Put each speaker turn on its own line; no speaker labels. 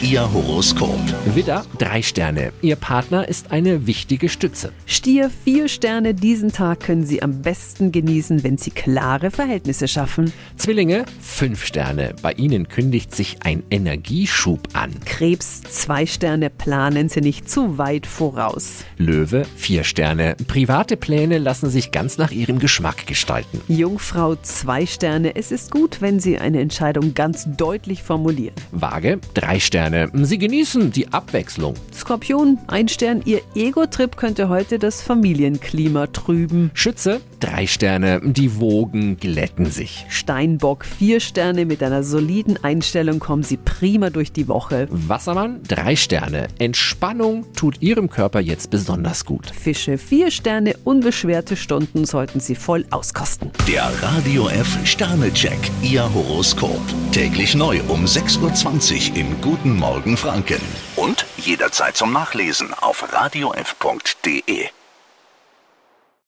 Ihr Horoskop.
Widder, drei Sterne. Ihr Partner ist eine wichtige Stütze.
Stier, vier Sterne, diesen Tag können Sie am besten genießen, wenn Sie klare Verhältnisse schaffen.
Zwillinge, fünf Sterne. Bei Ihnen kündigt sich ein Energieschub an.
Krebs, zwei Sterne, planen Sie nicht zu weit voraus.
Löwe, vier Sterne. Private Pläne lassen sich ganz nach Ihrem Geschmack gestalten.
Jungfrau, zwei Sterne, es ist gut, wenn Sie eine Entscheidung ganz deutlich formulieren.
Waage, drei Sterne. Sie genießen die Abwechslung.
Skorpion, ein Stern, Ihr Ego-Trip könnte heute das Familienklima trüben.
Schütze, drei Sterne. Die Wogen glätten sich.
Steinbock, vier Sterne, mit einer soliden Einstellung kommen Sie prima durch die Woche.
Wassermann, drei Sterne. Entspannung tut Ihrem Körper jetzt besonders gut.
Fische, vier Sterne, unbeschwerte Stunden sollten Sie voll auskosten.
Der Radio F Sternecheck. Ihr Horoskop. Täglich neu um 6.20 Uhr im Guten Morgen Franken. Und jederzeit zum Nachlesen auf radiof.de.